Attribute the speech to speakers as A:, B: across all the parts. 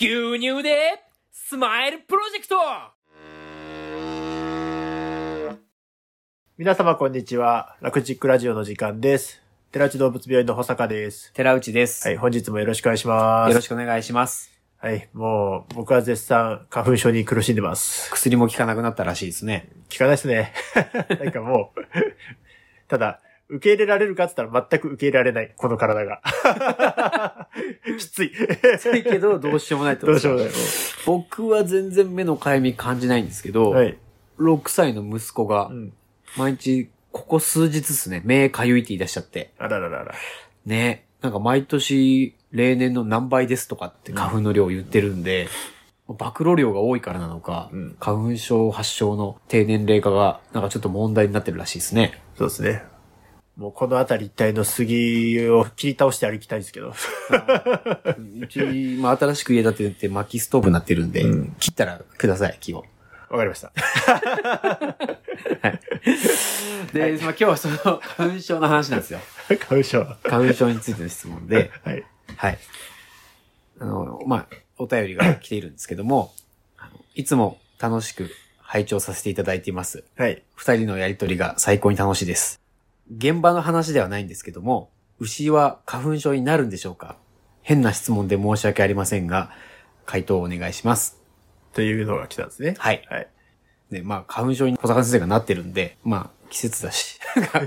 A: 牛乳でスマイルプロジェクト
B: 皆様こんにちは。楽チックラジオの時間です。寺内動物病院の保坂です。
A: 寺内です、
B: はい、本日もよろしくお願いします。
A: よろしくお願いします。
B: はい、もう僕は絶賛花粉症に苦しんでます。
A: 薬も効かなくなったらしいですね。
B: 聞かないですね。 なんかもう、ただ、受け入れられるかって言ったら全く受け入れられない、この体が。 きつい。
A: だけど、どうしようもないってこ
B: どう
A: と
B: しようもない。
A: 僕は全然目のかゆみ感じないんですけど、
B: はい。
A: 6歳の息子が
B: う、ん。
A: 毎日、ここ数日ですね、目かゆいって言い出しちゃって。
B: あらららら。
A: ね。なんか毎年、例年の何倍ですとかって花粉の量言ってるんで、暴露量が多いからなのか、
B: うん
A: 花粉症発症の低年齢化が、なんかちょっと問題になってるらしいですね。
B: そうですね。もうこの辺り一帯の杉を切り倒して歩きたいんですけど。
A: うち、まあ新しく家建てて薪ストーブになってるんで、
B: うん
A: 切ったらください、木を。
B: わかりました。
A: で、まあ今日はその花粉症の話なんですよ。
B: 花粉症。は
A: 花粉症についての質問で、
B: い。
A: はい。あの、まあ、お便りが来ているんですけども、あのいつも楽しく拝聴させていただいています。
B: はい。
A: 二人のやりとりが最高に楽しいです。現場の話ではないんですけども、牛は花粉症になるんでしょうか変な質問で申し訳ありませんが、回答をお願いします。
B: というのが来たんですね。
A: はい。
B: はい。
A: で、まあ、花粉症に小坂先生がなってるんで、まあ、季節だし、 かか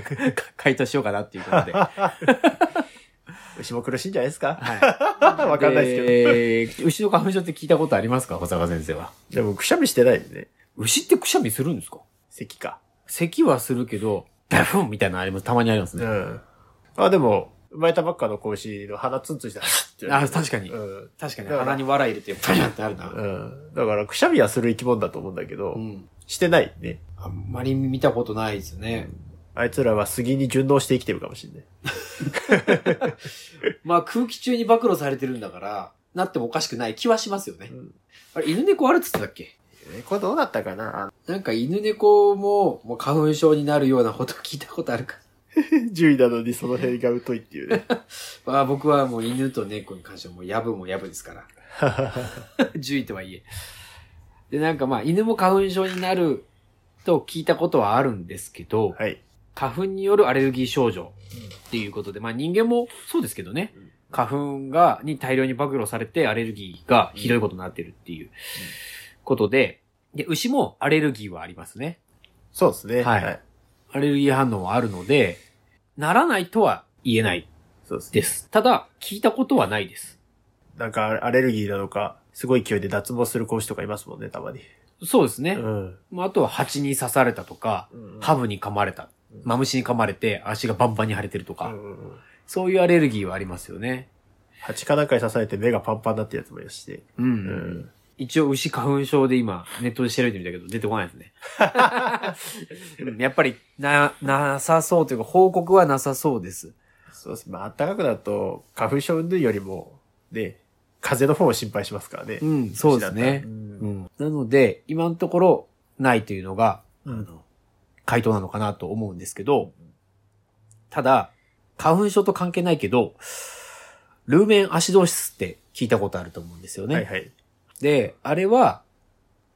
A: 回答しようかなっていうこと で。は
B: 牛も苦しいんじゃないですか
A: い。
B: わかんないですけ
A: けど。牛の花粉症って聞いたことありますか小坂先生は。
B: ど。でも、くしゃみしてないよね。
A: 牛ってくしゃみするんですか
B: 咳か。
A: 咳はするけど、バフンみたいなのあれもたまにあります
B: う
A: ね。
B: ん。あ、でも、生まれたばっかの子牛の鼻ツンツンして
A: あ、確かに。
B: うん。
A: 確かに
B: だから
A: 鼻に笑い入れて、パシャンってあるな。
B: うん。だから、くしゃみはする生き物だと思うんだけど、
A: ん。
B: してないね。
A: あんまり見たことないですね。
B: あいつらは杉に順応して生きてるかもしれない。
A: まあ空気中に暴露されてるんだから、なってもおかしくない気はしますよね。
B: うん
A: あれ、犬猫あるっつってたっけ
B: 猫どうだったか な
A: なんか犬猫も、もう花粉症になるようなこと聞いたことあるか。
B: ?10 位なのにその辺が疎いっていう ね。
A: まあ僕はもう犬と猫に関してはもうやぶもやぶですから。 獣医とはいえ。で、なんかまあ犬も花粉症になると聞いたことはあるんですけど、
B: はい。
A: 花粉によるアレルギー症状っていうことで、まあ人間もそうですけどね
B: うん、
A: 花粉が、に大量に暴露されてアレルギーがひどいことになってるっていうことで、で、牛もアレルギーはありますね。
B: そうですね。
A: はいアレルギー反応はあるので、ならないとは言えない
B: そうですね。
A: です。ただ、聞いたことはないです。
B: なんか、アレルギーなのか、すごい勢いで脱毛する子牛とかいますもんね、たまに。
A: そうですね。
B: うん。
A: まあ、あとは蜂に刺されたとか、ハブに噛まれた
B: うん。
A: マムシに噛まれて足がバンバンに腫れてると
B: う
A: か、
B: んうんうん
A: そういうアレルギーはありますよね。
B: 蜂かなんかに刺されて目がパンパンになってるやつもいるしね。
A: うん。
B: うん。
A: 一応牛花粉症で今、ネットで調べてみたけど、出てこない ですね。うんやっぱり、な、なさそうというか、報告はなさそうです。
B: そうです。まあ、暖かくなると、花粉症云々よりも、ね、風邪の方を心配しますからね。
A: うん、そうですね
B: う。。
A: うんん。なので、今のところ、ないというのが、
B: うん
A: あの、回答なのかなと思うんですけど、ただ、花粉症と関係ないけど、ルーメンアシドーシスって聞いたことあると思うんですよね。
B: はいはい。
A: で、あれは、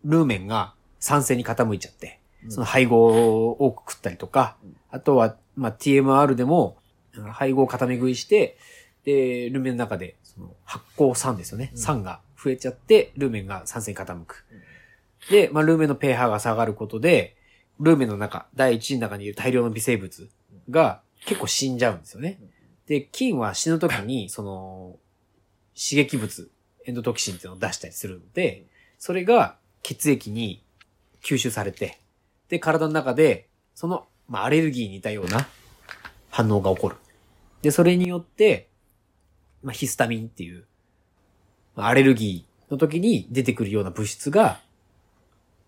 A: ルーメンが酸性に傾いちゃって、
B: うん
A: その配合を多く食ったりとか
B: うん、
A: あとは、まあ、TMR でも、あの配合を固め食いして、で、ルーメンの中で、その発酵酸ですよね。
B: うん
A: 酸が増えちゃって、ルーメンが酸性に傾く
B: うん。
A: で、まあ、ルーメンの pH が下がることで、ルーメンの中、第一の中にいる大量の微生物が結構死んじゃうんですよね
B: うん。
A: で、菌は死ぬ時に、その、刺激物、エンドトキシンっていうのを出したりするので、それが血液に吸収されて、で、体の中で、その、まあ、アレルギーに似たような反応が起こる。で、それによって、まあ、ヒスタミンっていう、まあ、アレルギーの時に出てくるような物質が、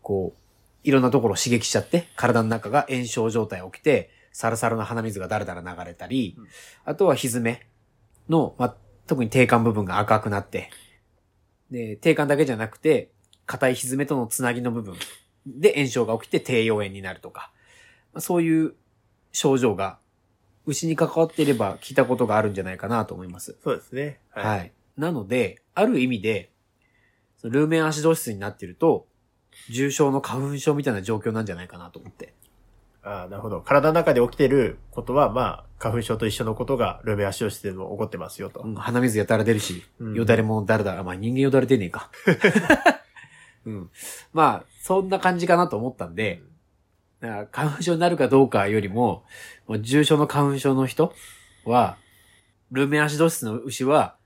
A: こう、いろんなところを刺激しちゃって、体の中が炎症状態が起きて、サラサラの鼻水がだらだら流れたり、
B: うん
A: あとはひずめの、まあ、特に定管部分が赤くなって、で、定管だけじゃなくて、硬いひずめとのつなぎの部分で炎症が起きて低溶炎になるとか、まあ、そういう症状が牛に関わっていれば聞いたことがあるんじゃないかなと思います。
B: そうですね。
A: はい。なので、ある意味で、そのルーメンアシドーシスになってると、重症の花粉症みたいな状況なんじゃないかなと思って。
B: ああ、なるほど。体の中で起きてることは、まあ、花粉症と一緒のことが、ルメアシオシスでも起こってますよと。
A: うん鼻水やたら出るし、
B: うん
A: よだれもだらだら、まあ人間よだれ出ねえ か。うん。まあ、そんな感じかなと思ったんで、だから花粉症になるかどうかよりも、もう重症の花粉症の人は、ルーメンアシドーシスの牛は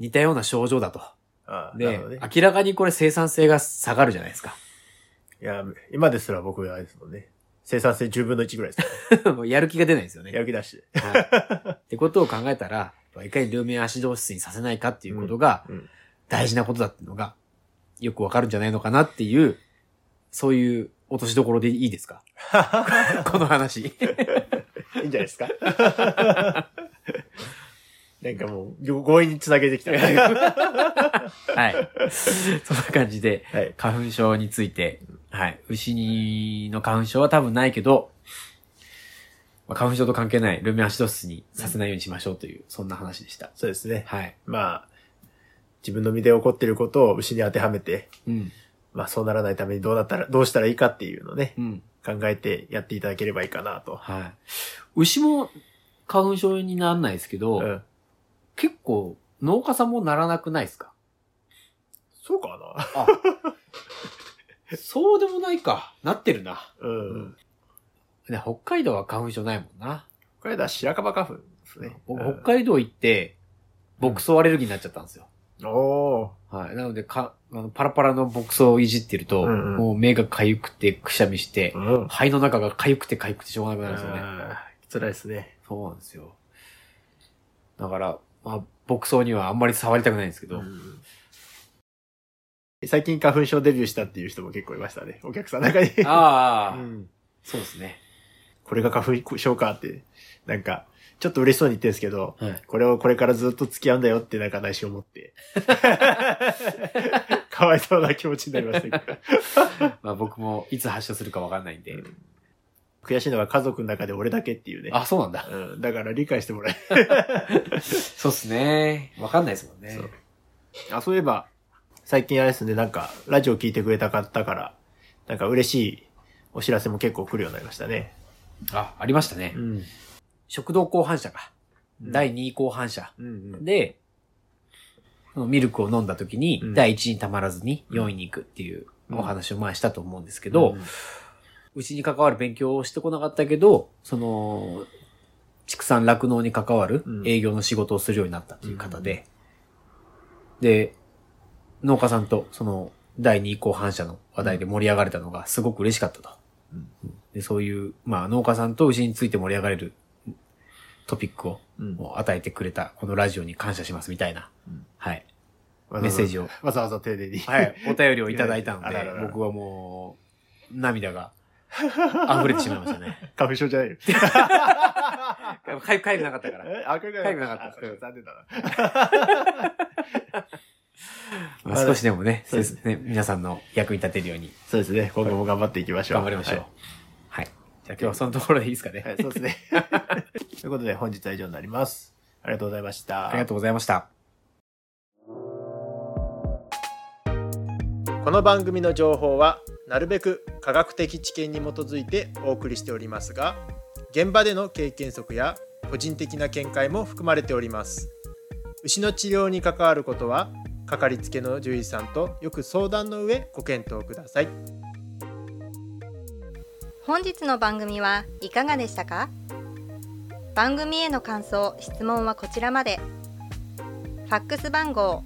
A: 似たような症状だと。
B: ああ、な
A: で
B: るほど、ね。
A: 明らかにこれ生産性が下がるじゃないですか。
B: いや、今ですら僕はあれですもんね。生産性10分の1ぐらい です。
A: もうやる気が出ないですよね。
B: やる気出して。
A: はいってことを考えたら、いかにルーメンアシドーシスにさせないかっていうことが
B: うんうん、
A: 大事なことだっていうのが、よくわかるんじゃないのかなっていう、そういう落としどころでいい ですかこの話。
B: いいんじゃないですか なんかもう、強引に繋げてきた。は
A: はい。そんな感じで、
B: い。
A: 花粉症について、はい。牛にの花粉症は多分ないけど、まあ花粉症と関係ないルーメンアシドーシスにさせないようにしましょうという、そんな話でした。
B: そうですね。
A: はい。
B: まあ、自分の身で起こっていることを牛に当てはめて、
A: うん。
B: まあそうならないためにどうなったら、どうしたらいいかっていうのをね、
A: うん。
B: 考えてやっていただければいいかなと。
A: はい。牛も花粉症にならないですけど、
B: うん。
A: 結構農家さんもならなくないですか
B: そうか
A: あそうでもないか。なってるな。
B: なうん。
A: うんね、北海道は花粉症ないもんな。
B: これだ、白樺花粉ですね。
A: 僕、北海道行って、牧草アレルギーになっちゃったんですよ。
B: うんお
A: はい。なので、か、あの、パラパラの牧草をいじってると、
B: うんうん
A: もう目が痒くてくしゃみして、
B: ー。うん。
A: 肺の中が痒くて痒くてしょうがなくなるんですよね。
B: あー辛いですね。
A: そうなんですよ。だから、まあ、牧草にはあんまり触りたくないんですけど、
B: うん最近花粉症デビューしたっていう人も結構いましたね。お客さんの中に。
A: ああ、
B: うん
A: そうですね。
B: これが花粉症かって、なんか、ちょっと嬉しそうに言ってるんですけど、
A: はい。
B: これをこれからずっと付き合うんだよってなんか内心 思って。かわいそうな気持ちになりましたけど。
A: まあ僕もいつ発症するかわかんないんで。
B: 悔しいのは家族の中で俺だけっていうね。
A: あ、そうなんだ。
B: うん、だから理解してもらえ。
A: そうっすね。わかんないですもんね
B: そう。あ、そういえば、最近あれですね、なんか、ラジオ聞いてくれた方から、なんか嬉しいお知らせも結構来るようになりましたね。
A: あ、ありましたね。
B: ん。
A: 食道後反射か。
B: うん
A: 第2位後反射。
B: うんうん。
A: で、そのミルクを飲んだ時に、
B: うん
A: 第1位にたまらずに
B: うん
A: 4位に行くっていう
B: うん
A: お話を前にしたと思うんですけ
B: け
A: ど、うちに関わる勉強をしてこなかったけど、その、畜産酪農に関わる
B: うん
A: 営業の仕事をするようになったという方で、で、農家さんとその第2項反射の話題で盛り上がれたのがすごく嬉しかったと。
B: うん
A: でそういう、まあ農家さんと牛について盛り上がれるトピックを
B: うん
A: もう与えてくれたこのラジオに感謝しますみたいな、
B: うん
A: はい、
B: メ
A: メッセージ を。
B: わざわざ丁寧に。
A: はい、お便りをいただいたの
B: あら
A: で
B: らら、ら
A: 僕はもう涙が溢れてしまいましたね。
B: 花粉症じゃないよ。
A: やっぱかゆかゆくなかったから。
B: えあ、書いて
A: 書いてなかった
B: あ残念だな。
A: まあ、少しでもね、
B: そうですね
A: そうですね皆さんの役に立てるように
B: そうですね。今後も頑張っていきましょう。
A: 頑張りましょう。はい。じゃあ今日はそのところでいいですかね。
B: はい。はい、そうですね。ということで、本日は以上になります。ありがとうございました。
A: ありがとうございました。
B: この番組の情報はなるべく科学的知見に基づいてお送りしておりますが現場での経験則や個人的な見解も含まれております牛の治療に関わることはかかりつけの獣医さんとよく相談の上ご検討ください
C: 本日の番組はいかがでしたか番組への感想・質問はこちらまでファックス番号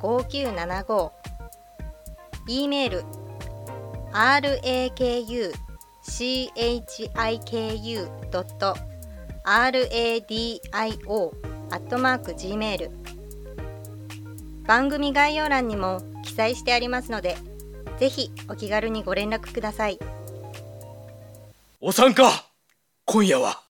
C: 028-675-5975 e メール rakuchiku.radio.gmail 番組概要欄にも記載してありますのでぜひお気軽にご連絡ください。
D: お産か今夜は